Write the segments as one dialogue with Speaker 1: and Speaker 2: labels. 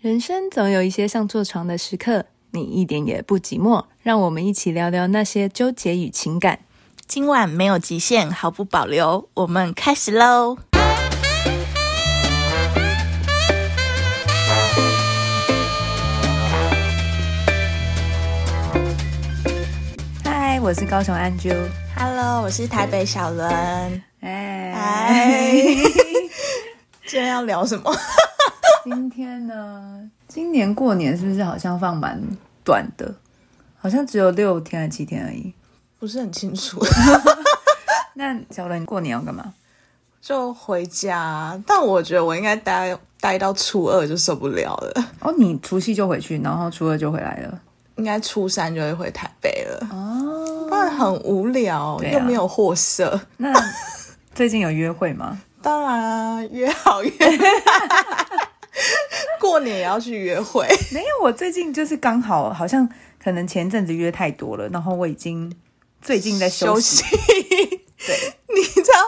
Speaker 1: 人生总有一些像坐床的时刻，你一点也不寂寞。让我们一起聊聊那些纠结与情感。
Speaker 2: 今晚没有极限，毫不保留，我们开始喽！
Speaker 1: 嗨，我是高雄安啾。
Speaker 2: Hello，我是台北小伦。
Speaker 1: 哎，
Speaker 2: 嗨， 今天要聊什么？
Speaker 1: 今天呢？今年过年是不是好像放蛮短的？好像只有六天还是七天而已。
Speaker 2: 不是很清楚，
Speaker 1: 那小伦，你过年要干嘛？
Speaker 2: 就回家。但我觉得我应该待待到初二就受不了了，
Speaker 1: 哦，你除夕就回去，然后初二就回来了。
Speaker 2: 应该初三就会回台北了。
Speaker 1: 哦，
Speaker 2: 不然很无聊，
Speaker 1: 对啊
Speaker 2: 又没有货色。
Speaker 1: 那最近有约会吗？
Speaker 2: 当然啊，约好约， 过年也要去约会。
Speaker 1: 没有，我最近就是刚好，好像可能前阵子约太多了，然后我已经最近在休
Speaker 2: 休
Speaker 1: 息。
Speaker 2: 息。 你知道，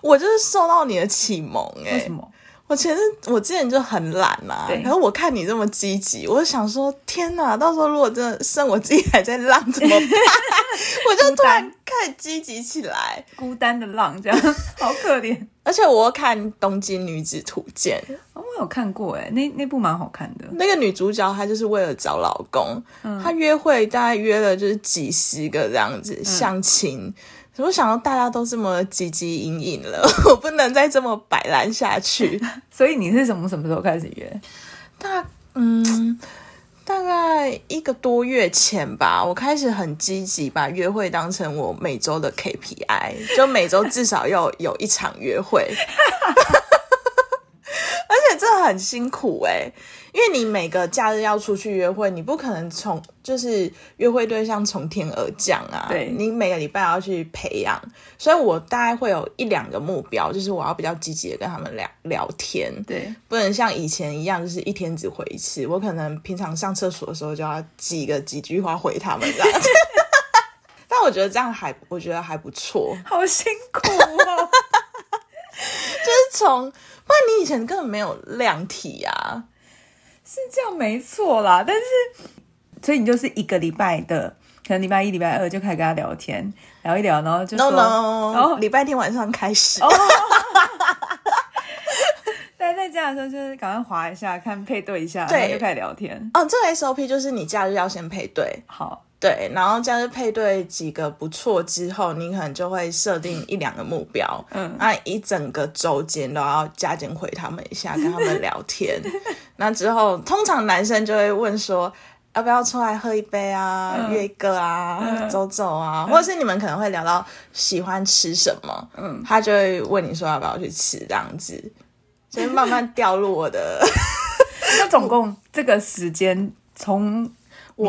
Speaker 2: 我就是受到你的启蒙哎、
Speaker 1: 为什么？
Speaker 2: 我其实我之前就很懒嘛、
Speaker 1: 对
Speaker 2: 可是我看你这么积极，我就想说，天哪，到时候如果真的剩我自己还在浪怎 么办？我就突然开始积极起来，
Speaker 1: 孤单的浪 这样，好可怜。
Speaker 2: 而且我又看《东京女子图鉴》，
Speaker 1: 哦我有看过哎，那那部蛮好看的。
Speaker 2: 那个女主角她就是为了找老公，她约会大概约了就是几十个这样子相亲。我想到大家都这么汲汲营营了， 我不能再这么摆烂下去。
Speaker 1: 所以你是什么什么时候开始约？
Speaker 2: 大嗯，大概一个多月前吧，我开始很积极把约会当成我每周的 KPI，就每周至少要有一场约会。 而且这很辛苦哎、因为你每个假日要出去约会，你不可能从就是约会对象从天而降啊。
Speaker 1: 对
Speaker 2: 你每个礼拜要去培养，所以我大概会有一两个目标，就是我要比较积极的跟他们聊聊天。
Speaker 1: 对，
Speaker 2: 不能像以前一样，就是一天只回一次。我可能平常上厕所的时候就要记个几句话回他们这样子。但我觉得这样还，我觉得还不错。
Speaker 1: 好辛苦哦。
Speaker 2: 就是从，不然你以前根本没有量体啊。
Speaker 1: 是这样没错啦，但是所以你就是一个礼拜的，可能礼拜一、礼拜二就开始跟他聊天，聊一聊，然后就说哦
Speaker 2: No no，
Speaker 1: 然后
Speaker 2: 礼拜天晚上开始。
Speaker 1: 待在家的时候就是赶快划一下，看配对一下，
Speaker 2: 对
Speaker 1: 然后就开始聊天。
Speaker 2: 哦，这个 SOP 就是你假日要先配对，
Speaker 1: 好，
Speaker 2: 对，然后假日配对几个不错之后，你可能就会设定一两个目标，嗯，那一整个周间都要加紧回他们一下，跟他们聊 天。那之后，通常男生就会问说。要不要出来喝一杯啊，
Speaker 1: 嗯
Speaker 2: 约一个啊，走走啊，或者是你们可能会聊到喜欢吃什么，嗯，他就会问你说要不要去吃这样子，所以慢慢掉入我的
Speaker 1: 那总共这个时间从
Speaker 2: 我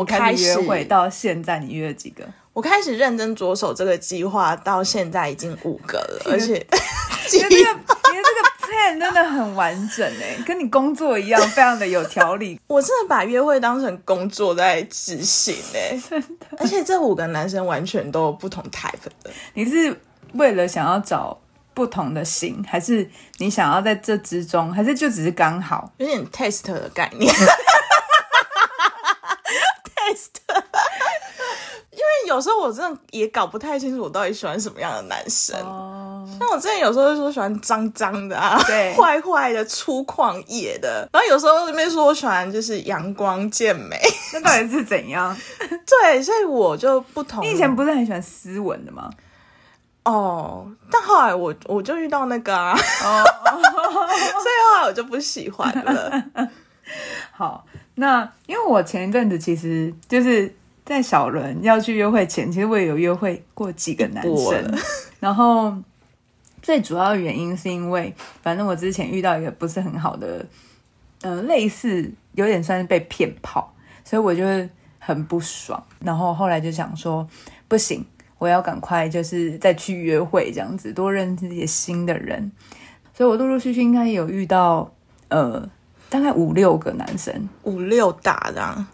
Speaker 1: 你开
Speaker 2: 开
Speaker 1: 始
Speaker 2: 始
Speaker 1: 约会到现在，你约了 几个？
Speaker 2: 我开始认真着手这个计划，到现在已经五个 了，而
Speaker 1: 因
Speaker 2: 且
Speaker 1: 为这个，因为这个 plan 真的很完整哎，跟你工作一样，非常的有条理。
Speaker 2: 我真的把约会当成工作在执行 哎、而且这五个男生完全都不同 type 的，
Speaker 1: 你是为了想要找不同的型，还是你想要在这之中，还是就只是刚好？
Speaker 2: 有点 test 的概念。test，因为有时候我真的也搞不太清楚我到底喜欢什么样的男生。
Speaker 1: 哦，
Speaker 2: 像我之前有时候就说喜欢脏脏的啊，
Speaker 1: 对
Speaker 2: 坏坏的、粗犷野的，然后有时候那边说我喜欢就是阳光健美，
Speaker 1: 那到底是怎样？
Speaker 2: 对，所以我就不同。
Speaker 1: 你以前不是很喜欢斯文的吗？
Speaker 2: 哦，但后来我我就遇到那个啊，
Speaker 1: 哦
Speaker 2: 所以后来我就不喜欢 了。
Speaker 1: 好，那因为我前一阵子其实就是在小伦要去约会前，其实我也有约会过几个男
Speaker 2: 过
Speaker 1: 生
Speaker 2: 了，
Speaker 1: 然后最主要的原因是因为，反正我之前遇到一个不是很好的，呃，类似有点算是被骗炮，所以我就很不爽，然后后来就想说不行。我要赶快就是再去约会，这样子多认识一些新的人，所以我陆陆续续应该有遇到呃大概五六个男生，
Speaker 2: 五六大这样，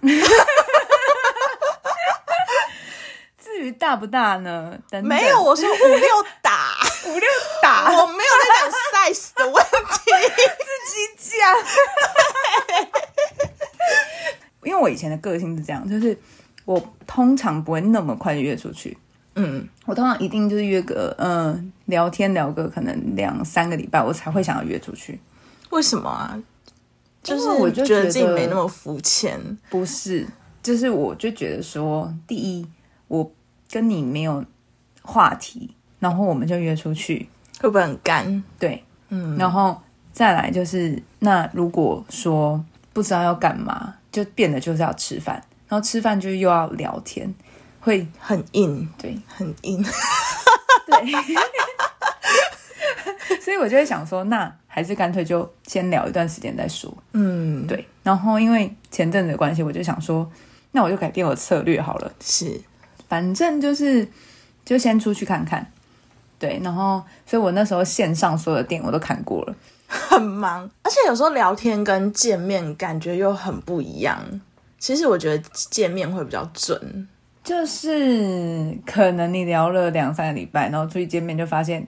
Speaker 1: 至于大不大呢？等等
Speaker 2: 没有，我说五六打，
Speaker 1: 五六 打
Speaker 2: 我没有 在讲 size 的问题。
Speaker 1: 自己讲。为我以前的个性是这样，就是我通常不会那么快就约出去，
Speaker 2: 嗯，
Speaker 1: 我通常一定就是约个嗯、呃聊天聊个可能两三个礼拜，我才会想要约出去。
Speaker 2: 为什么啊？就
Speaker 1: 因为我就是觉
Speaker 2: 觉
Speaker 1: 得
Speaker 2: 得自己没那么肤浅，
Speaker 1: 不是，就是我就觉得说，第一，我跟你没有话题，然后我们就约出去，
Speaker 2: 会不会很干？
Speaker 1: 对，
Speaker 2: 嗯，
Speaker 1: 然后再来就是，那如果说不知道要干嘛，就变得就是要吃饭，然后吃饭就又要聊天，会
Speaker 2: 很硬，
Speaker 1: 对
Speaker 2: 很硬。
Speaker 1: 对， 所以我就会想说，那还是干脆就先聊一段时间再说，
Speaker 2: 嗯，
Speaker 1: 对。然后因为前阵子的关系，我就想说，那我就改变我策略好了。
Speaker 2: 是，
Speaker 1: 反正就是就先出去看看，对，然后所以我那时候线上所有的电影我都看过了，
Speaker 2: 很忙，而且有时候聊天跟见面感觉又很不一样。其实我觉得见面会比较准，
Speaker 1: 就是可能你聊了两三个礼拜，然后出去见面就发现，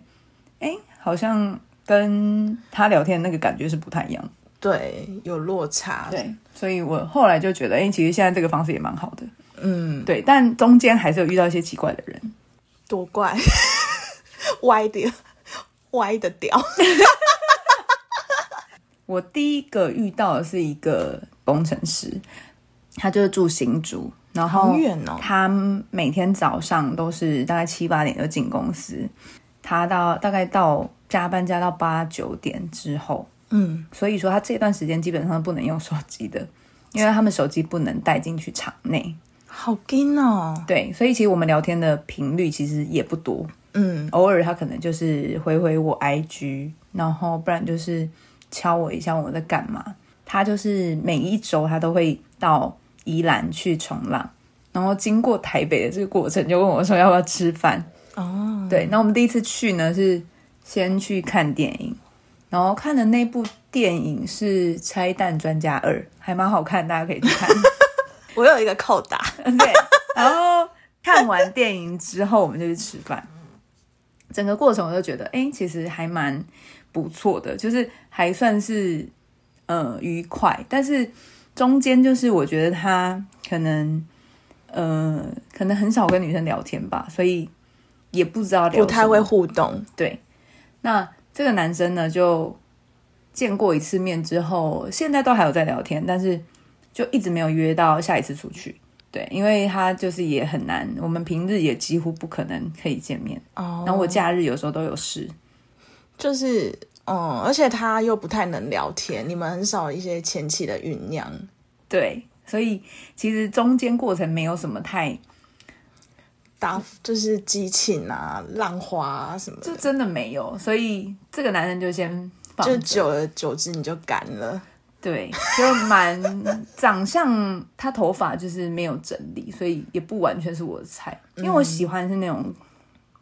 Speaker 1: 哎，好像跟他聊天的那个感觉是不太一样，
Speaker 2: 对，有落差，，
Speaker 1: 对，所以我后来就觉得，哎，其实现在这个方式也蛮好的，
Speaker 2: 嗯，
Speaker 1: 对，但中间还是有遇到一些奇怪的人，
Speaker 2: 多怪， 歪的，歪的屌，
Speaker 1: 我第一个遇到的是一个工程师，他就是住新竹，然后
Speaker 2: 好远哦
Speaker 1: 他每天早上都是大概七八点就进公司，他到大概到加班加到八九点之后，
Speaker 2: 嗯，
Speaker 1: 所以说他这段时间基本上不能用手机的，因为他们手机不能带进去厂内。
Speaker 2: 好硬哦，
Speaker 1: 对，所以其实我们聊天的频率其实也不多，
Speaker 2: 嗯，
Speaker 1: 偶尔他可能就是回回我 IG，然后不然就是敲我一下问我在干嘛。他就是每一周他都会到宜兰去冲浪，然后经过台北的这个过程就问我说要不要吃饭。
Speaker 2: 哦，
Speaker 1: 对，那我们第一次去呢是先去看电影，然后看的那部电影是《拆弹专家二》，还蛮好看，大家可以去看。
Speaker 2: 我有一个扣打，
Speaker 1: 对，然后看完电影之后，我们就去吃饭。整个过程我都觉得，哎、其实还蛮不错的，就是还算是呃愉快。但是中间就是我觉得他可能呃可能很少跟女生聊天吧，所以也不知道聊
Speaker 2: 不太
Speaker 1: 什么
Speaker 2: 会互动，
Speaker 1: 对，那这个男生呢，就见过一次面之后，现在都还有在聊天，但是就一直没有约到下一次出去。对，因为他就是也很难，我们平日也几乎不可能可以见面。
Speaker 2: 哦，
Speaker 1: 然后我假日有时候都有事，
Speaker 2: 就是，嗯，而且他又不太能聊天，你们很少一些前期的酝酿，
Speaker 1: 对，所以其实中间过程没有什么太，嗯
Speaker 2: 打就是激情啊、浪花啊什么
Speaker 1: 就
Speaker 2: 的，
Speaker 1: 真的没有。所以这个男人就先放
Speaker 2: 就
Speaker 1: 着
Speaker 2: 久而久之你就干了。
Speaker 1: 对，就蛮长相，他头发就是没有整理，所以也不完全是我的菜。因为我喜欢是那种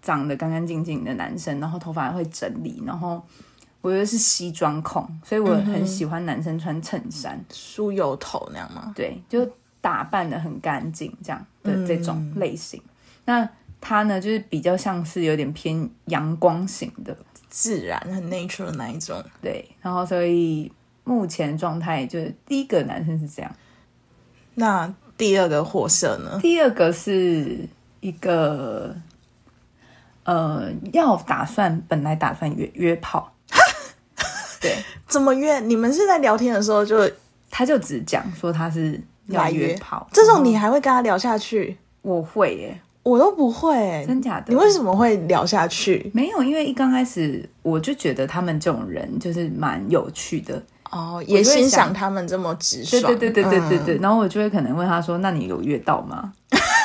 Speaker 1: 长得干干净净的男生，然后头发会整理，然后我觉得是西装控，所以我很喜欢男生穿衬衫，
Speaker 2: 梳油头那样吗？
Speaker 1: 对，就打扮的很干净这样的这种类型。那他呢，就是比较像是有点偏阳光型的，
Speaker 2: 自然很 natural 的那一种。
Speaker 1: 对，然后所以目前状态就是第一个男生是这样。
Speaker 2: 那第二个货色呢？
Speaker 1: 第二个是一个，呃，要打算本来打算约约 炮，对，
Speaker 2: 怎么约？你们是在聊天的时候就
Speaker 1: 他就只讲说他是要
Speaker 2: 来
Speaker 1: 约
Speaker 2: 约
Speaker 1: 炮，
Speaker 2: 这种你还会跟他聊下去？
Speaker 1: 我会耶，
Speaker 2: 我都不会、欸，
Speaker 1: 真假的？
Speaker 2: 你为什么会聊下去？
Speaker 1: 没有？因为一刚开始我就觉得他们这种人就是蛮有趣的，
Speaker 2: 哦，也
Speaker 1: 就会
Speaker 2: 欣
Speaker 1: 想
Speaker 2: 赏他们这么直
Speaker 1: 对
Speaker 2: 爽。
Speaker 1: 对对对对对
Speaker 2: 嗯
Speaker 1: 对。然后我就会可能问他说：“那你有约到 吗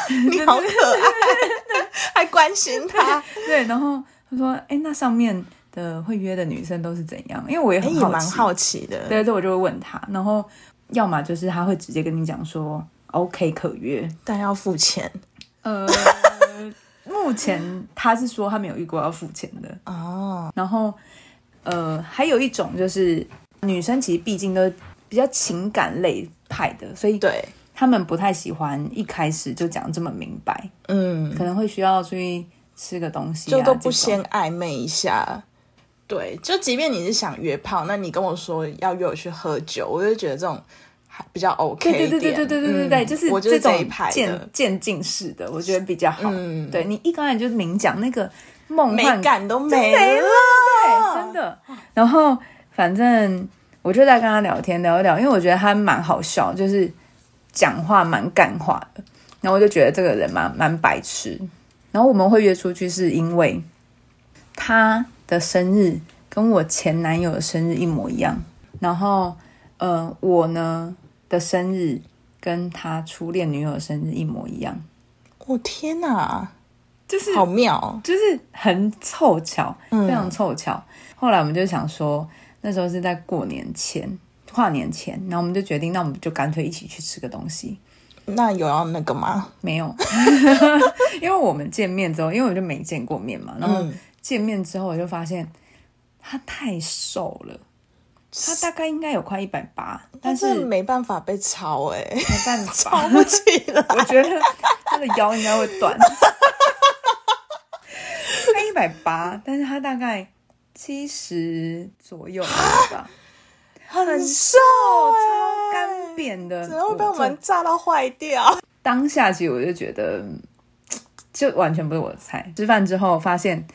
Speaker 1: 嗯
Speaker 2: 你好可爱， 还关心他，？”
Speaker 1: 对，然后他说：“哎，那上面的会约的女生都是怎样？”因为我也
Speaker 2: 哎、
Speaker 1: 很
Speaker 2: 也
Speaker 1: 好
Speaker 2: 蛮
Speaker 1: 奇，
Speaker 2: 好奇的。
Speaker 1: 对，这我就会问他，然后要么就是他会直接跟你讲说 OK 可约，
Speaker 2: 但要付钱
Speaker 1: 呃， 目前他是说他没有遇过要付钱的，
Speaker 2: 哦，
Speaker 1: 然后呃，还有一种就是女生其实毕竟都是比较情感类派的，所以
Speaker 2: 对，
Speaker 1: 他们不太喜欢一开始就讲这么明白，
Speaker 2: 嗯，
Speaker 1: 可能会需要出去吃个东西、啊，
Speaker 2: 就都不
Speaker 1: 这种
Speaker 2: 先暧昧一下。对，就即便你是想约炮，那你跟我说要约我去喝酒，我就觉得这种比较 OK
Speaker 1: 对
Speaker 2: 一
Speaker 1: 对
Speaker 2: 点。
Speaker 1: 对对对对对对对，
Speaker 2: 嗯
Speaker 1: 就是
Speaker 2: 我就是
Speaker 1: 这种
Speaker 2: 这一派
Speaker 1: 渐
Speaker 2: 的，
Speaker 1: 渐进式的，我觉得比较好。
Speaker 2: 嗯
Speaker 1: 对你一刚才就明讲那个梦
Speaker 2: 美
Speaker 1: 幻
Speaker 2: 感都
Speaker 1: 就
Speaker 2: 没
Speaker 1: 没了，对，真的。然后反正我就在跟他聊天聊一聊，因为我觉得他蛮好笑，就是讲话蛮干话的。然后我就觉得这个人蛮蛮白痴。然后我们会约出去，是因为他的生日跟我前男友的生日一模一样。然后，呃，我呢的生日跟他初恋女友的生日一模一样，
Speaker 2: 我、哦天哪，
Speaker 1: 就是
Speaker 2: 好妙哦！
Speaker 1: 就是很凑巧，非常凑巧。后来我们就想说，那时候是在过年前、跨年前，然后我们就决定，那我们就干脆一起去吃个东西。
Speaker 2: 那有要那个吗？
Speaker 1: 没有， 因为我们见面之后，因为我就没见过面嘛，然后见面之后我就发现他太瘦了，他大概应该有快一百八，但是
Speaker 2: 这
Speaker 1: 没
Speaker 2: 没办法被抄 哎、欸，
Speaker 1: 办法，
Speaker 2: 抄不起来。
Speaker 1: 我觉得他的腰应该会 断。他一百八，但是他大概七十左右吧，
Speaker 2: 很瘦
Speaker 1: 哦超
Speaker 2: 哎、
Speaker 1: 干扁的，
Speaker 2: 怎么会被我们
Speaker 1: 这
Speaker 2: 炸到坏掉？
Speaker 1: 当下其实我就觉得，嗯就完全不是我的菜。吃饭之后发现，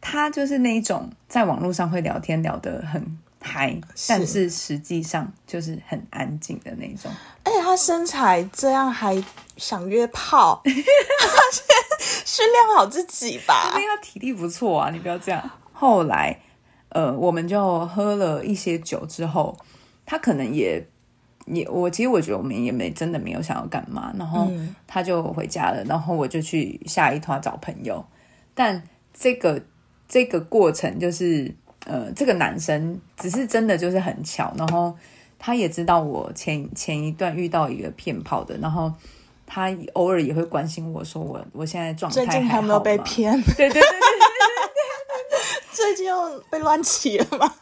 Speaker 1: 他就是那一种在网络上会聊天聊得很嗨，
Speaker 2: 是
Speaker 1: 但是实际上就是很安静的那种。
Speaker 2: 而且哎他身材这样还想约 炮，他先训练好自己吧
Speaker 1: 那。他体力不错啊，你不要这样。后来，呃，我们就喝了一些酒之后，他可能也也，我其实我觉得我们也没真的没有想要干嘛，然后
Speaker 2: 嗯
Speaker 1: 他就回家了，然后我就去下一团找朋友，但这个这个过程就是，呃，这个男生只是真的就是很巧，然后他也知道我前前一段遇到一个骗炮的，然后。他偶尔也会关心我说我我现在状态
Speaker 2: 最近
Speaker 1: 还
Speaker 2: 还没有
Speaker 1: 好
Speaker 2: 被
Speaker 1: 吗
Speaker 2: 骗，
Speaker 1: 对对对对。
Speaker 2: 最近又被乱起了吗？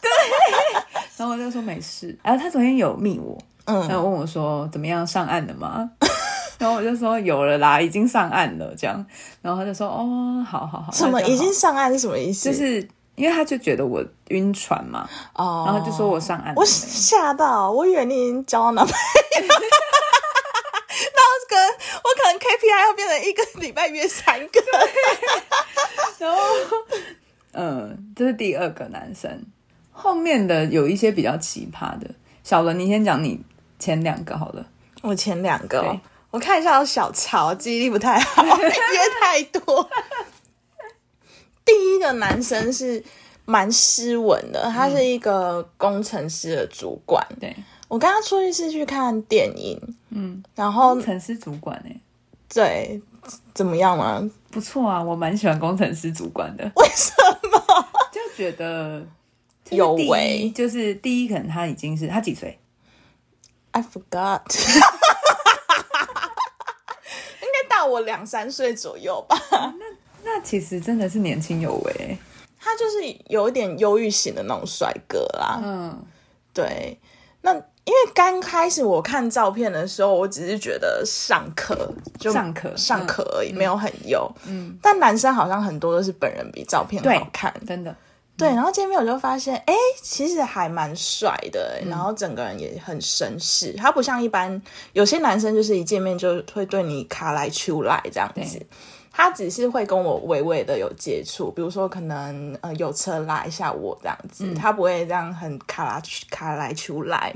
Speaker 1: 然后我就说没事。然后他昨天有密我，嗯，然后问我说怎么样上岸了吗？然后我就说有了啦，已经上岸了这样。然后他就说哦，好好好，
Speaker 2: 什么
Speaker 1: 那就好
Speaker 2: 已经上岸是什么意思？
Speaker 1: 就是。因为他就觉得我晕船嘛，
Speaker 2: 哦，
Speaker 1: 然后就说我上岸了
Speaker 2: 我吓到，我以为你已经交往男朋友，那我可能我可能 KPI 要变成一个礼拜约三个，
Speaker 1: 然后，呃，这是第二个男生。后面的有一些比较奇葩的，小伦，你先讲你前两个好了。
Speaker 2: 我前两个哦、
Speaker 1: 对
Speaker 2: 我看一下我小曹记忆力不太好， 约太多。第一个男生是蛮斯文的，他是一个工程师的主管。
Speaker 1: 对，
Speaker 2: 我跟他出去是去看电影，嗯，然后
Speaker 1: 工程师主管哎、
Speaker 2: 对怎么样吗？
Speaker 1: 不错啊，我蛮喜欢工程师主管的。
Speaker 2: 为什么？
Speaker 1: 就觉得就是
Speaker 2: 有
Speaker 1: 第一
Speaker 2: 为
Speaker 1: 就是第一，可能他已经是他几岁？
Speaker 2: I forgot，应该大我两三岁左右吧。
Speaker 1: 那其实真的是年轻有为欸、
Speaker 2: 他就是有一点忧郁型的那种帅哥啦。
Speaker 1: 嗯，
Speaker 2: 对，那因为刚开始我看照片的时候，我只是觉得上课就
Speaker 1: 尚可
Speaker 2: 上课而已，没有很优。嗯，但男生好像很多都是本人比照片
Speaker 1: 对
Speaker 2: 好看。
Speaker 1: 真的
Speaker 2: 对，然后见面我就发现，哎、其实还蛮帅的、然后整个人也很绅士。他不像一般有些男生，就是一见面就会对你卡来出来这样子
Speaker 1: 对。
Speaker 2: 他只是会跟我微微的有接触，比如说可能呃有车拉一下我这样子，他不会这样很卡拉卡来出来。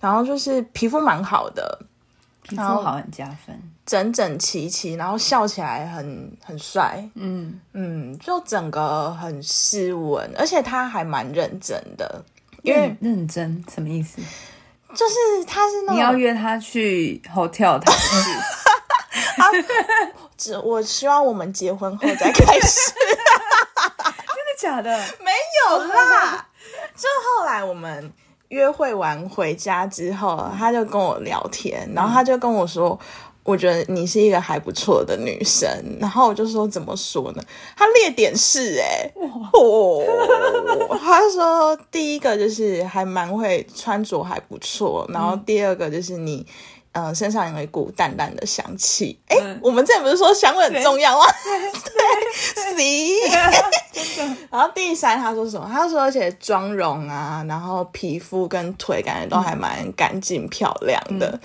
Speaker 2: 然后就是皮肤蛮好的，
Speaker 1: 皮肤好很加分。
Speaker 2: 整整齐齐，然后笑起来很很帅，嗯嗯，就整个很斯文，而且他还蛮认真的，因为哦
Speaker 1: 认认真什么意思？
Speaker 2: 就是他是
Speaker 1: 你
Speaker 2: 那
Speaker 1: 要
Speaker 2: 种，
Speaker 1: 约他去 hotel，他 不
Speaker 2: 只我希望我们结婚后再开
Speaker 1: 去，
Speaker 2: 始，
Speaker 1: 真的假的？
Speaker 2: 没有啦。就后来我们约会完回家之后，他就跟我聊天，然后他就跟我说。我觉得你是一个还不错的女生，然后我就说怎么说呢？他列点是哎、欸， 哦，他说嗯第一个就是还蛮会穿着还不错，然后第二个就是你嗯、身上有一股淡淡的香气。哎、
Speaker 1: 嗯
Speaker 2: 我们之前不是说香味很重要吗？ 对，行。然后第三，他说什么？他说而且妆容啊，然后皮肤跟腿感觉都还蛮干净漂亮的，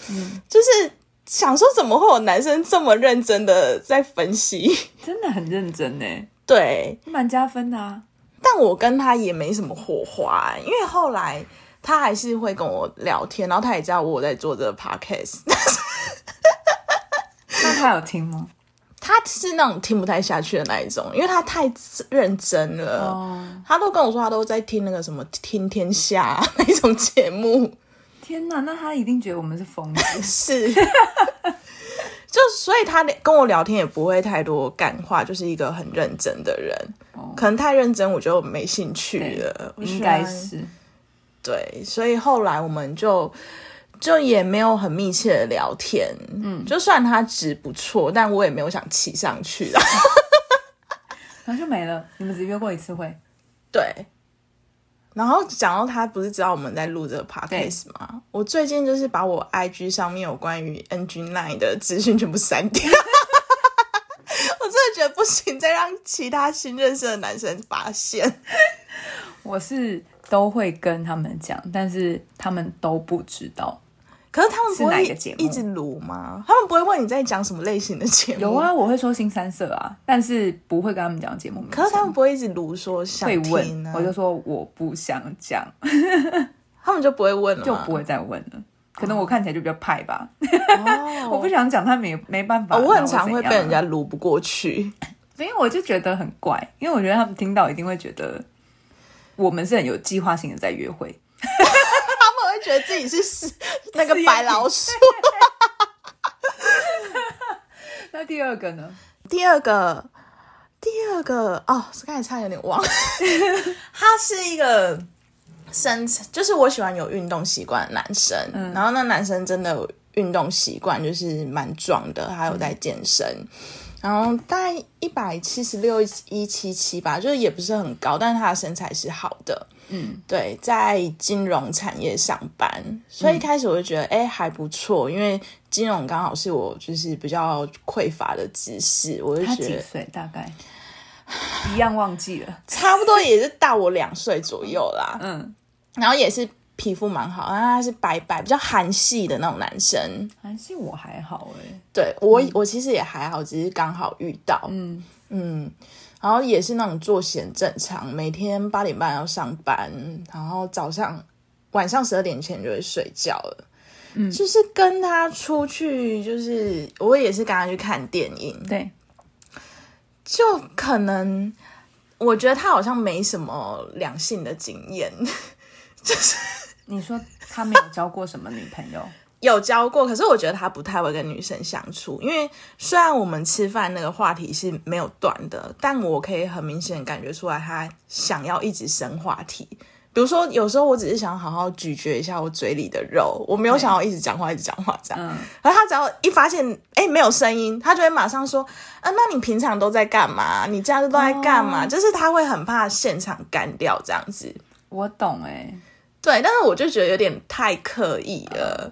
Speaker 2: 就是想说怎么会有男生这么认真的在分析？
Speaker 1: 真的很认真呢，
Speaker 2: 对，
Speaker 1: 蛮加分的啊。
Speaker 2: 但我跟他也没什么火花，欸因为后来他还是会跟我聊天，然后他也知道我在做这个 podcast，
Speaker 1: 那他有听吗？
Speaker 2: 他是那种听不太下去的那一种，因为他太认真了，
Speaker 1: 哦，
Speaker 2: 他都跟我说他都在听那个什么《听天下》 那种节目，。
Speaker 1: 天哪，那他一定觉得我们是疯子
Speaker 2: 是。就所以他跟我聊天也不会太多干话，就是一个很认真的人。可能太认真我就没兴趣了，我
Speaker 1: 应
Speaker 2: 喜
Speaker 1: 该
Speaker 2: 欢
Speaker 1: 是，啊
Speaker 2: 对，所以后来我们就就也没有很密切的聊天，嗯，就算他值不错，但我也没有想骑上去啦。
Speaker 1: 然后就没了。你们只约过一次会，
Speaker 2: 对，然后讲到他不是知道我们在录这个 podcast 吗？我最近就是把我 IG 上面有关于 NG Line 的资讯全部删掉。 我真的觉得不行，再让其他新认识的男生发现。
Speaker 1: 我是都会跟他们讲，但是他们都不知道。
Speaker 2: 可是他们不
Speaker 1: 是哪
Speaker 2: 会
Speaker 1: 个节目
Speaker 2: 一直撸吗？他们不会问你在讲什么类型的节目？
Speaker 1: 有啊，我会说新三色啊，但是不会跟他们讲节目名
Speaker 2: 可是
Speaker 1: 称。
Speaker 2: 他们不会一直如说想
Speaker 1: 会
Speaker 2: 听
Speaker 1: 问，
Speaker 2: 呢、
Speaker 1: 我就说我不想讲，
Speaker 2: 他们就不会问了，
Speaker 1: 就不。会再问了。可能我看起来就比较派吧，
Speaker 2: 哦、
Speaker 1: 我不想讲，他们也没办法。
Speaker 2: 哦我很
Speaker 1: 那
Speaker 2: 常
Speaker 1: 怎
Speaker 2: 会被
Speaker 1: 样啊
Speaker 2: 人家撸不过 去。
Speaker 1: 没有，我就觉得很怪，因为我觉得他们听到一定会觉得我们是很有计划性的在约会。
Speaker 2: 他们会觉得自己是 是那个白老鼠。
Speaker 1: 那第二个呢？
Speaker 2: 第二个，第二个哦，刚才差点有点 忘，他是一个身材，就是我喜欢有运动习惯的男生，
Speaker 1: 嗯
Speaker 2: 然后那男生真的有运动习惯，就是蛮壮的，还有在健身。然后大概一百七十六一七七吧，就是也不是很高，但是他的身材是好的。嗯，对，在金融产业上班，所以一开始我就觉得，
Speaker 1: 嗯
Speaker 2: 哎、还不错，因为金融刚好是我就是比较匮乏的知识，我就
Speaker 1: 他
Speaker 2: 觉
Speaker 1: 几
Speaker 2: 得
Speaker 1: 岁？大概一样忘记了。
Speaker 2: 差不多也是大我两岁左右啦。
Speaker 1: 嗯，
Speaker 2: 然后也是皮肤蛮好，然后他是白白比较韩系的那种男生。
Speaker 1: 韩系我还好哎、
Speaker 2: 对我、我其实也还好，只是刚好遇到。
Speaker 1: 嗯
Speaker 2: 嗯，然后也是那种作息很正常，每天八点半要上班，然后早上晚上十二点前就会睡觉了。嗯，就是跟他出去，就是我也是跟他去看电影，
Speaker 1: 对，
Speaker 2: 就可能我觉得他好像没什么两性的经验，
Speaker 1: 你说他没有交过什么女朋友？
Speaker 2: 有教过，可是我觉得他不太会跟女生相处，因为虽然我们吃饭那个话题是没有断的，但我可以很明显地感觉出来他想要一直生话题。比如说，有时候我只是想好好咀嚼一下我嘴里的肉，我没有想要一直讲话，一直讲话这样。
Speaker 1: 嗯，
Speaker 2: 然后他只要一发现，哎、没有声音，他就会马上说，啊，那你平常都在干嘛？你假日都在干嘛？就是他会很怕现场干掉这样子。
Speaker 1: 我懂哎、
Speaker 2: 对，但是我就觉得有点太刻意了。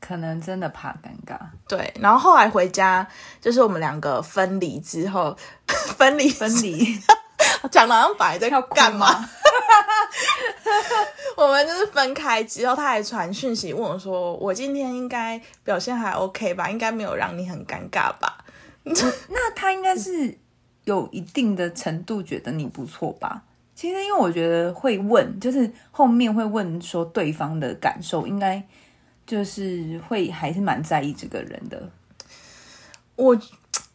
Speaker 1: 可能真的怕尴尬。
Speaker 2: 对，然后后来回家，就是我们两个分离之后， 分离
Speaker 1: 分 离
Speaker 2: 讲的好像本来在
Speaker 1: 要哭
Speaker 2: 干嘛？
Speaker 1: 吗？
Speaker 2: 我们就是分开之后，他还传讯息问我说：“我今天应该表现还 OK 吧？应该没有让你很尴尬吧
Speaker 1: 那他应该是有一定的程度觉得你不错吧？其实，因为我觉得会问，就是后面会问说对方的感受，应该就是会还是蛮在意这个人的。？”
Speaker 2: 我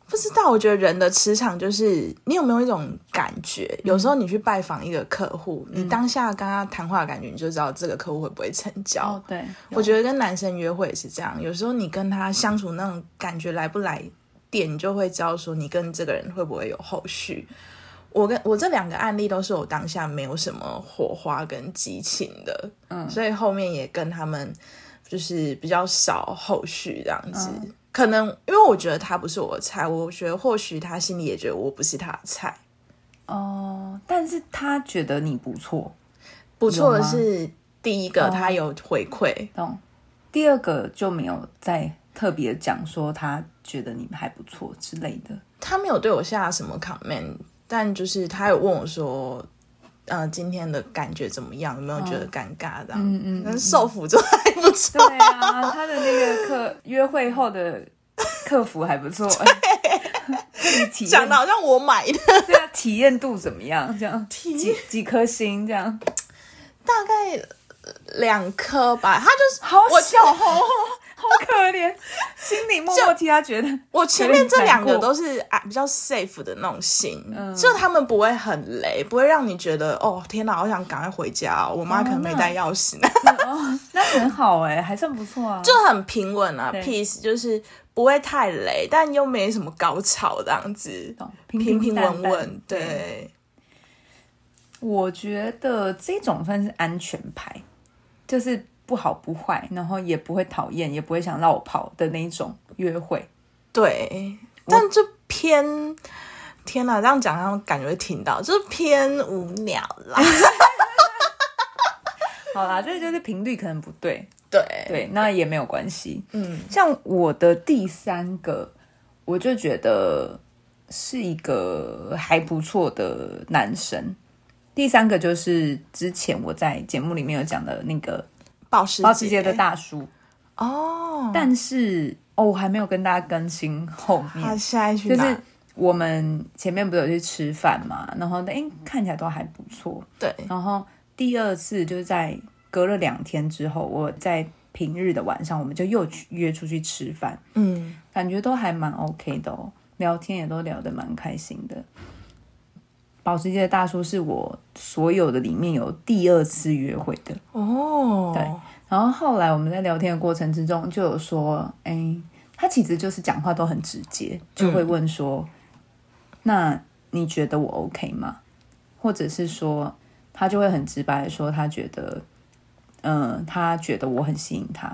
Speaker 2: 不知道，我觉得人的磁场就是你有没有一种感觉？有时候你去拜访一个客户，
Speaker 1: 嗯
Speaker 2: 你当下跟他谈话的感觉，你就知道这个客户会不会成交。
Speaker 1: 哦，对，
Speaker 2: 我觉得跟男生约会也是这样，有时候你跟他相处那种感觉来不来电，你就会知道说你跟这个人会不会有后续。我跟我这两个案例都是我当下没有什么火花跟激情的，嗯，所以后面也跟他们就是比较少后续这样子。
Speaker 1: 嗯
Speaker 2: 可能因为我觉得他不是我的菜，我觉得或许他心里也觉得我不是他的菜。
Speaker 1: 哦，但是他觉得你不错，
Speaker 2: 不错的
Speaker 1: 有吗
Speaker 2: 是第一个，他有回馈，
Speaker 1: 懂？第二个就没有再特别讲说他觉得你们还不错之类 的。
Speaker 2: 他没有对我下什么 comment，但就是他有问我说，呃，今天的感觉怎么样？有没有觉得尴尬这样？嗯嗯，但是受辅助还不错。
Speaker 1: 对啊，他的那个客约会后的客服还不错。对， 你体
Speaker 2: 讲
Speaker 1: 验
Speaker 2: 的好像我买 的，
Speaker 1: 对啊，体验度怎么样？这样几几颗星这样，
Speaker 2: 大概呃两颗吧。他就是
Speaker 1: 好
Speaker 2: 我
Speaker 1: 小哦红，好可怜，心里默默替他觉得。
Speaker 2: 我前面这两个
Speaker 1: 有点难过
Speaker 2: 都是啊比较 safe 的那种型，
Speaker 1: 嗯
Speaker 2: 就他们不会很雷，不会让你觉得哦天哪，好想赶快回家、哦，我妈可能没带钥匙，
Speaker 1: 哦， 那很好哎、还算不错啊。
Speaker 2: 就很平稳啊，peace 就是不会太雷，但又没什么高潮这样子，
Speaker 1: 懂
Speaker 2: 平
Speaker 1: 平
Speaker 2: 平
Speaker 1: 淡
Speaker 2: 稳
Speaker 1: 淡
Speaker 2: 稳，对，
Speaker 1: 我觉得这种算是安全牌，就是不好不坏，然后也不会讨厌，也不会想绕跑的那一种约会。
Speaker 2: 对，但就偏。天哪，这样讲他们感觉会听到，就是偏无聊啦。
Speaker 1: 好啦，这就是频率可能不对，
Speaker 2: 对，
Speaker 1: 对，那也没有关系。嗯，像我的第三个，我就觉得是一个还不错的男生。第三个就是之前我在节目里面有讲的那个
Speaker 2: 保时
Speaker 1: 保时捷
Speaker 2: 捷
Speaker 1: 的大叔，
Speaker 2: 哦，
Speaker 1: 但是哦，我还没有跟大家更新后面
Speaker 2: 他，下一句
Speaker 1: 就是我们前面不是有去吃饭嘛，然后哎、诶看起来都还不错，
Speaker 2: 对，
Speaker 1: 然后第二次就是在隔了两天之后，我在平日的晚上，我们就又去约出去吃饭，
Speaker 2: 嗯，
Speaker 1: 感觉都还蛮 OK 的哦，聊天也都聊得蛮开心的。保时捷的大叔是我所有的里面有第二次约会的，
Speaker 2: 哦，对，
Speaker 1: 然后后来我们在聊天的过程之中，就有说，哎，他其实就是讲话都很直接，就
Speaker 2: 嗯
Speaker 1: 会问说，那你觉得我 OK 吗？或者是说，他就会很直白的说，他觉得，嗯、他觉得我很吸引他，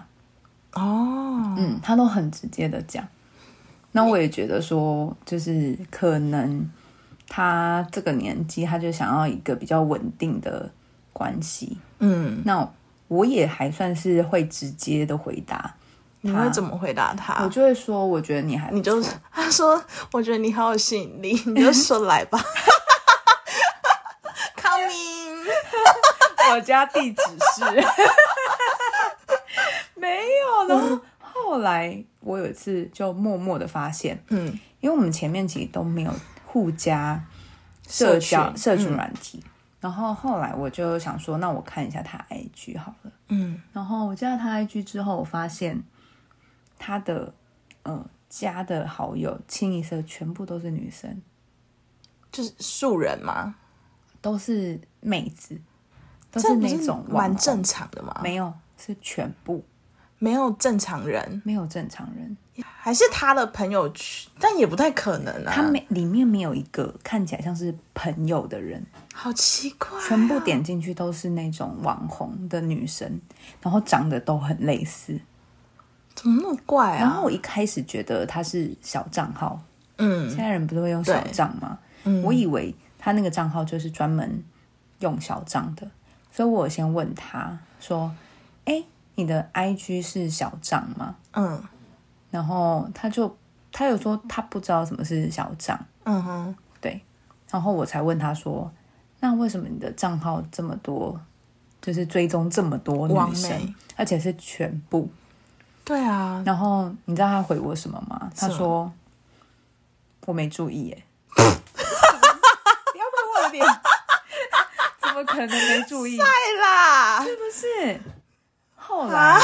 Speaker 2: 哦，
Speaker 1: 嗯，他都很直接的讲。那我也觉得说，就是可能他这个年纪，他就想要一个比较稳定的关系，
Speaker 2: 嗯，
Speaker 1: 那我也还算是会直接的回答，
Speaker 2: 你会怎么回答他？
Speaker 1: 我就会说，我觉得你还
Speaker 2: 你就 他说，我觉得你好有吸 引力，你就说来吧 ，coming，
Speaker 1: 我家地址是没有。然
Speaker 2: 嗯
Speaker 1: 后后来我有一次就默默的发现，
Speaker 2: 嗯，
Speaker 1: 因为我们前面其实都没有互加社交社
Speaker 2: 社群嗯
Speaker 1: 群软体，然后后来我就想说，那我看一下他 IG 好了。
Speaker 2: 嗯，
Speaker 1: 然后我加了他 IG 之后，我发现他的呃加的好友清一色全部都是女生，
Speaker 2: 就是素人嘛，
Speaker 1: 都是妹子，都
Speaker 2: 这
Speaker 1: 是
Speaker 2: 不
Speaker 1: 那
Speaker 2: 是
Speaker 1: 种网
Speaker 2: 蛮
Speaker 1: 红
Speaker 2: 正常的嘛，
Speaker 1: 没有是全部
Speaker 2: 没有正常人，
Speaker 1: 没有正常人，
Speaker 2: 还是他的朋友圈，但也不太可能啊，
Speaker 1: 他没里面没有一个看起来像是朋友的人，
Speaker 2: 好奇怪、
Speaker 1: 全部，点进去都是那种网红的女生，然后长得都很类似。
Speaker 2: 怎么那么怪
Speaker 1: 然
Speaker 2: 啊？
Speaker 1: 后我一开始觉得他是小账号，
Speaker 2: 嗯
Speaker 1: 现在人不是会用小账吗？我以为他那个账号就是专门用小账的，所以我有先问他说：“哎，你的 IG 是小账吗
Speaker 2: 嗯？”
Speaker 1: 然后他就他有说他不知道什么是小账，
Speaker 2: 嗯哼，
Speaker 1: 对，然后我才问他说：“那为什么你的账号这么多，就是追踪这么多
Speaker 2: 网
Speaker 1: 女
Speaker 2: 美
Speaker 1: 生，而且是全部？”
Speaker 2: 对啊，
Speaker 1: 然后你知道他回我什么吗？他
Speaker 2: 什么
Speaker 1: 说：“我没注意耶。” 不要看我的脸， 怎么可能没注意？是
Speaker 2: 对啦，
Speaker 1: 不是？啊后来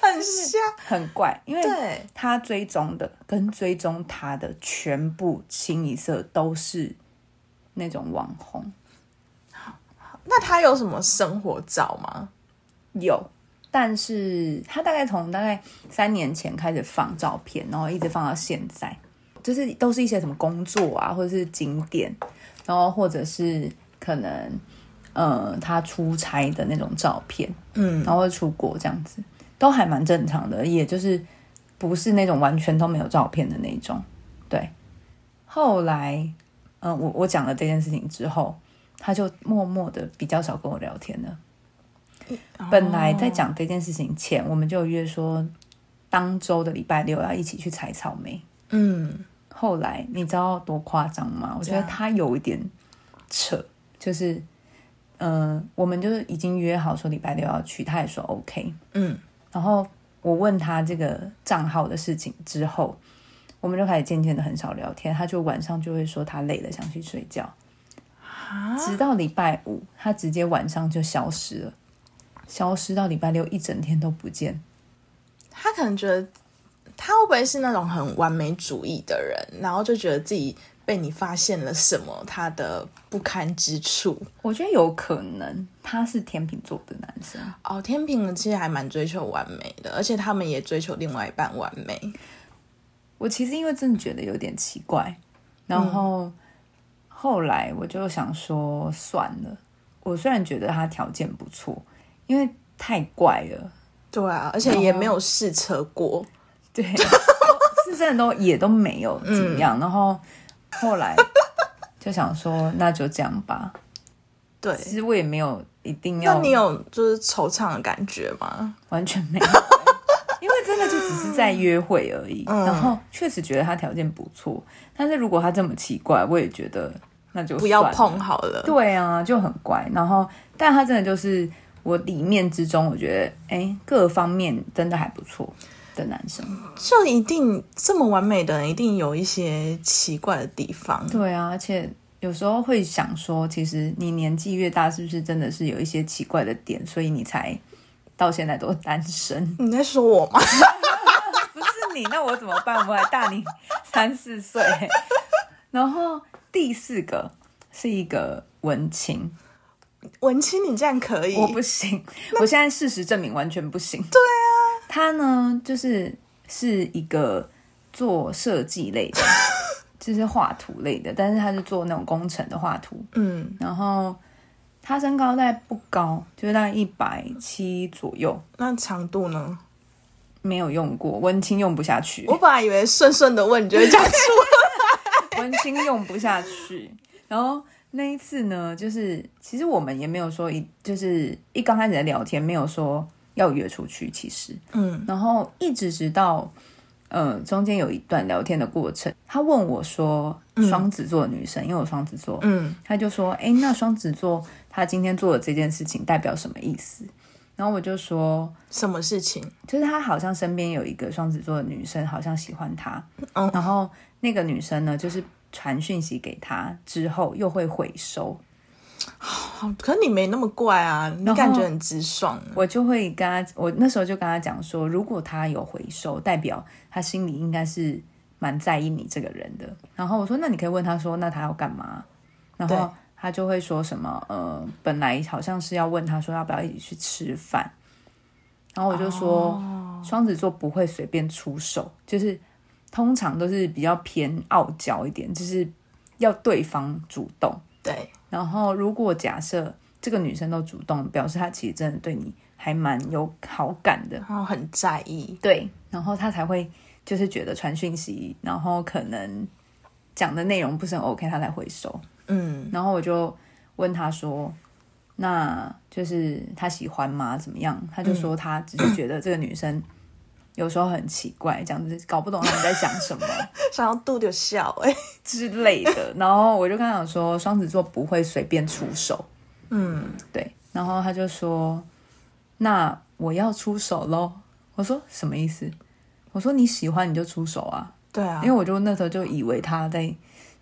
Speaker 2: 很像，
Speaker 1: 很欸怪，因为
Speaker 2: 对，
Speaker 1: 他追踪的跟追踪他的全部清一色都是那种网红，
Speaker 2: 那他有什么生活照吗？
Speaker 1: 有，但是他大概从大概三年前开始放照片，然后一直放到现在，就是都是一些什么工作啊，或者是景点，然后或者是可能呃他出差的那种照片，
Speaker 2: 嗯，
Speaker 1: 然后会出国这样子，都还蛮正常的，也就是不是那种完全都没有照片的那种。对，后来，嗯、我我讲了这件事情之后，他就默默的比较少跟我聊天了。本来
Speaker 2: 哦
Speaker 1: 在讲这件事情前，我们就有约说，当周的礼拜六要一起去采草莓。
Speaker 2: 嗯，
Speaker 1: 后来你知道多夸张吗？我觉得
Speaker 2: 这样
Speaker 1: 他有一点扯，就是，呃，我们就是已经约好说礼拜六要去，他也说 OK。
Speaker 2: 嗯，
Speaker 1: 然后我问他这个账号的事情之后，我们就开始渐渐的很少聊天，他就晚上就会说他累了想去睡觉，直到礼拜五，他直接晚上就消失了，消失到礼拜六一整天都不见。
Speaker 2: 他可能觉得他会不会是那种很完美主义的人，然后就觉得自己被你发现了什么他的不堪之处。
Speaker 1: 我觉得有可能他是天秤座的男生，
Speaker 2: 哦，天平人其实还蛮追求完美的，而且他们也追求另外一半完美。
Speaker 1: 我其实因为真的觉得有点奇怪，然
Speaker 2: 嗯
Speaker 1: 后、后来我就想说算了。我虽然觉得他条件不错，因为太怪了，
Speaker 2: 对啊，而且也没有试车过。
Speaker 1: 对， 是真的都也都没有
Speaker 2: 嗯
Speaker 1: 怎么样。然后后来就想说那就这样吧，
Speaker 2: 对，
Speaker 1: 其实我也没有一定
Speaker 2: 那
Speaker 1: 要，
Speaker 2: 你有就是惆怅的感觉吗？
Speaker 1: 完全没有。欸 因为真的就只是在约会而已，
Speaker 2: 嗯
Speaker 1: 然后确实觉得他条件不错，但是如果他这么奇怪，我也觉得那就
Speaker 2: 不要
Speaker 1: 算了欸
Speaker 2: 碰好了。
Speaker 1: 对啊，就很乖。然后，但他真的就是我里面之中，我觉得哎、诶各方面真的还不错的男生。
Speaker 2: 就一定这么完美的人，一定有一些奇怪的地方。？
Speaker 1: 对啊，而且有时候会想说，其实你年纪越大，是不是真的是有一些奇怪的点，所以你才到现在都单身
Speaker 2: 你在说我吗？
Speaker 1: 不是你，那我怎么办？我还大你三四岁。然后第四个是一个文青，
Speaker 2: 文青，你这样可以？
Speaker 1: 我不行，我现在事实证明完全不行。对啊，他呢就是是一个做设计类 的，就是画图类的，但是他是做那种工程的画图。
Speaker 2: 嗯
Speaker 1: 然后他身高大概不高，就是大概一百七左右，
Speaker 2: 那长度呢？
Speaker 1: 没有用过，文青用不下去，
Speaker 2: 我本来以为顺顺的问，你就会讲出。
Speaker 1: 文青用不下去。然后那一次呢，就是其实我们也没有说一，就是一刚开始在聊天，没有说要约出去，其实。
Speaker 2: 嗯，
Speaker 1: 然后一直直到，呃，中间有一段聊天的过程，他问我说，双子座的女生，因为我双子座，
Speaker 2: 嗯，
Speaker 1: 他就说，哎，那双子座他今天做的这件事情代表什么意思？然后我就说，
Speaker 2: 什么事情？
Speaker 1: 就是他好像身边有一个双子座的女生，好像喜欢他，
Speaker 2: 嗯
Speaker 1: 然后那个女生呢，就是传讯息给他之后又会回收，
Speaker 2: 好哦可你没那么怪啊，你
Speaker 1: 后
Speaker 2: 感觉很直爽。啊
Speaker 1: 我就会跟他，我那时候就跟他讲说，如果他有回收，代表他心里应该是蛮在意你这个人的。然后我说，那你可以问他说，那他要干嘛？然
Speaker 2: 对
Speaker 1: 后他就会说什么，呃，本来好像是要问他说要不要一起去吃饭，然后我就说，双子座不会随便出手，就是通常都是比较偏傲娇一点，就是要对方主动。
Speaker 2: 对，
Speaker 1: 然后如果假设这个女生都主动，表示她其实真的对你还蛮有好感的，
Speaker 2: 然后很在意。
Speaker 1: 对，然后她才会就是觉得传讯息，然后可能讲的内容不是很 OK，她才回收。
Speaker 2: 嗯，
Speaker 1: 然后我就问她说。那就是她喜欢吗？怎么样？她就说她只是觉得这个女生有时候很奇怪，这样子搞不懂他们在想什么。
Speaker 2: 想要度就笑哎、
Speaker 1: 之类的。然后我就跟他讲说，双子座不会随便出手。嗯，对。然后他就说，那我要出手喽。我说什么意思？我说你喜欢你就出手啊，
Speaker 2: 对啊
Speaker 1: 因为，我就那时候就以为他在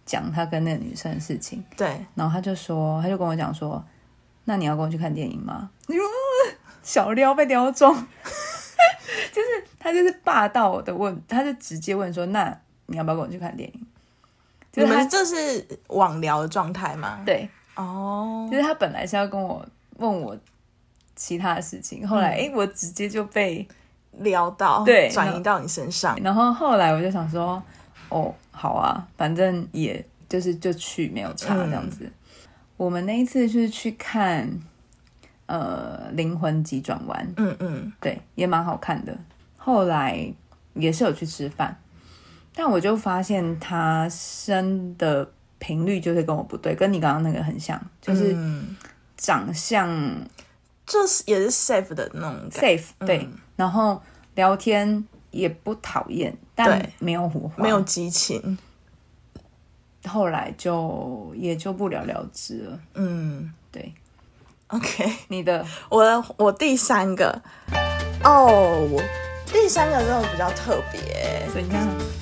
Speaker 1: 讲他跟那个女生的事情。
Speaker 2: 对，
Speaker 1: 然后他就说，他就跟我讲说，那你要跟我去看电影吗？哎呦小撩被撩中， 就是他就是霸道的问，他就直接问说，那你要不要跟我去看电影？就
Speaker 2: 你
Speaker 1: 是他
Speaker 2: 们这是网聊的状态吗？
Speaker 1: 对，
Speaker 2: 哦，
Speaker 1: 就是他本来是要跟我问我其他的事情，后来诶，我直接就被，
Speaker 2: 聊到，
Speaker 1: 对
Speaker 2: 转移到你身上。
Speaker 1: 然后后来我就想说，哦，好啊，反正也就是就去没有差
Speaker 2: 嗯
Speaker 1: 这样子。我们那一次就是去看呃《灵魂急转弯》，
Speaker 2: 嗯嗯，
Speaker 1: 对，也蛮好看的。后来也是有去吃饭，但我就发现他生的频率就是跟我不对，跟你刚刚那个很像，就是
Speaker 2: 嗯
Speaker 1: 长相
Speaker 2: 就是也是 safe 的那种感觉嗯
Speaker 1: safe 对，然后聊天也不讨厌，但
Speaker 2: 对
Speaker 1: 没有火花，
Speaker 2: 没有激情。
Speaker 1: 后来就也就不了了之了。
Speaker 2: 嗯
Speaker 1: 对，
Speaker 2: ，OK，
Speaker 1: 你的
Speaker 2: 我的我第三个哦，我第三个真的比较特别、
Speaker 1: 怎样？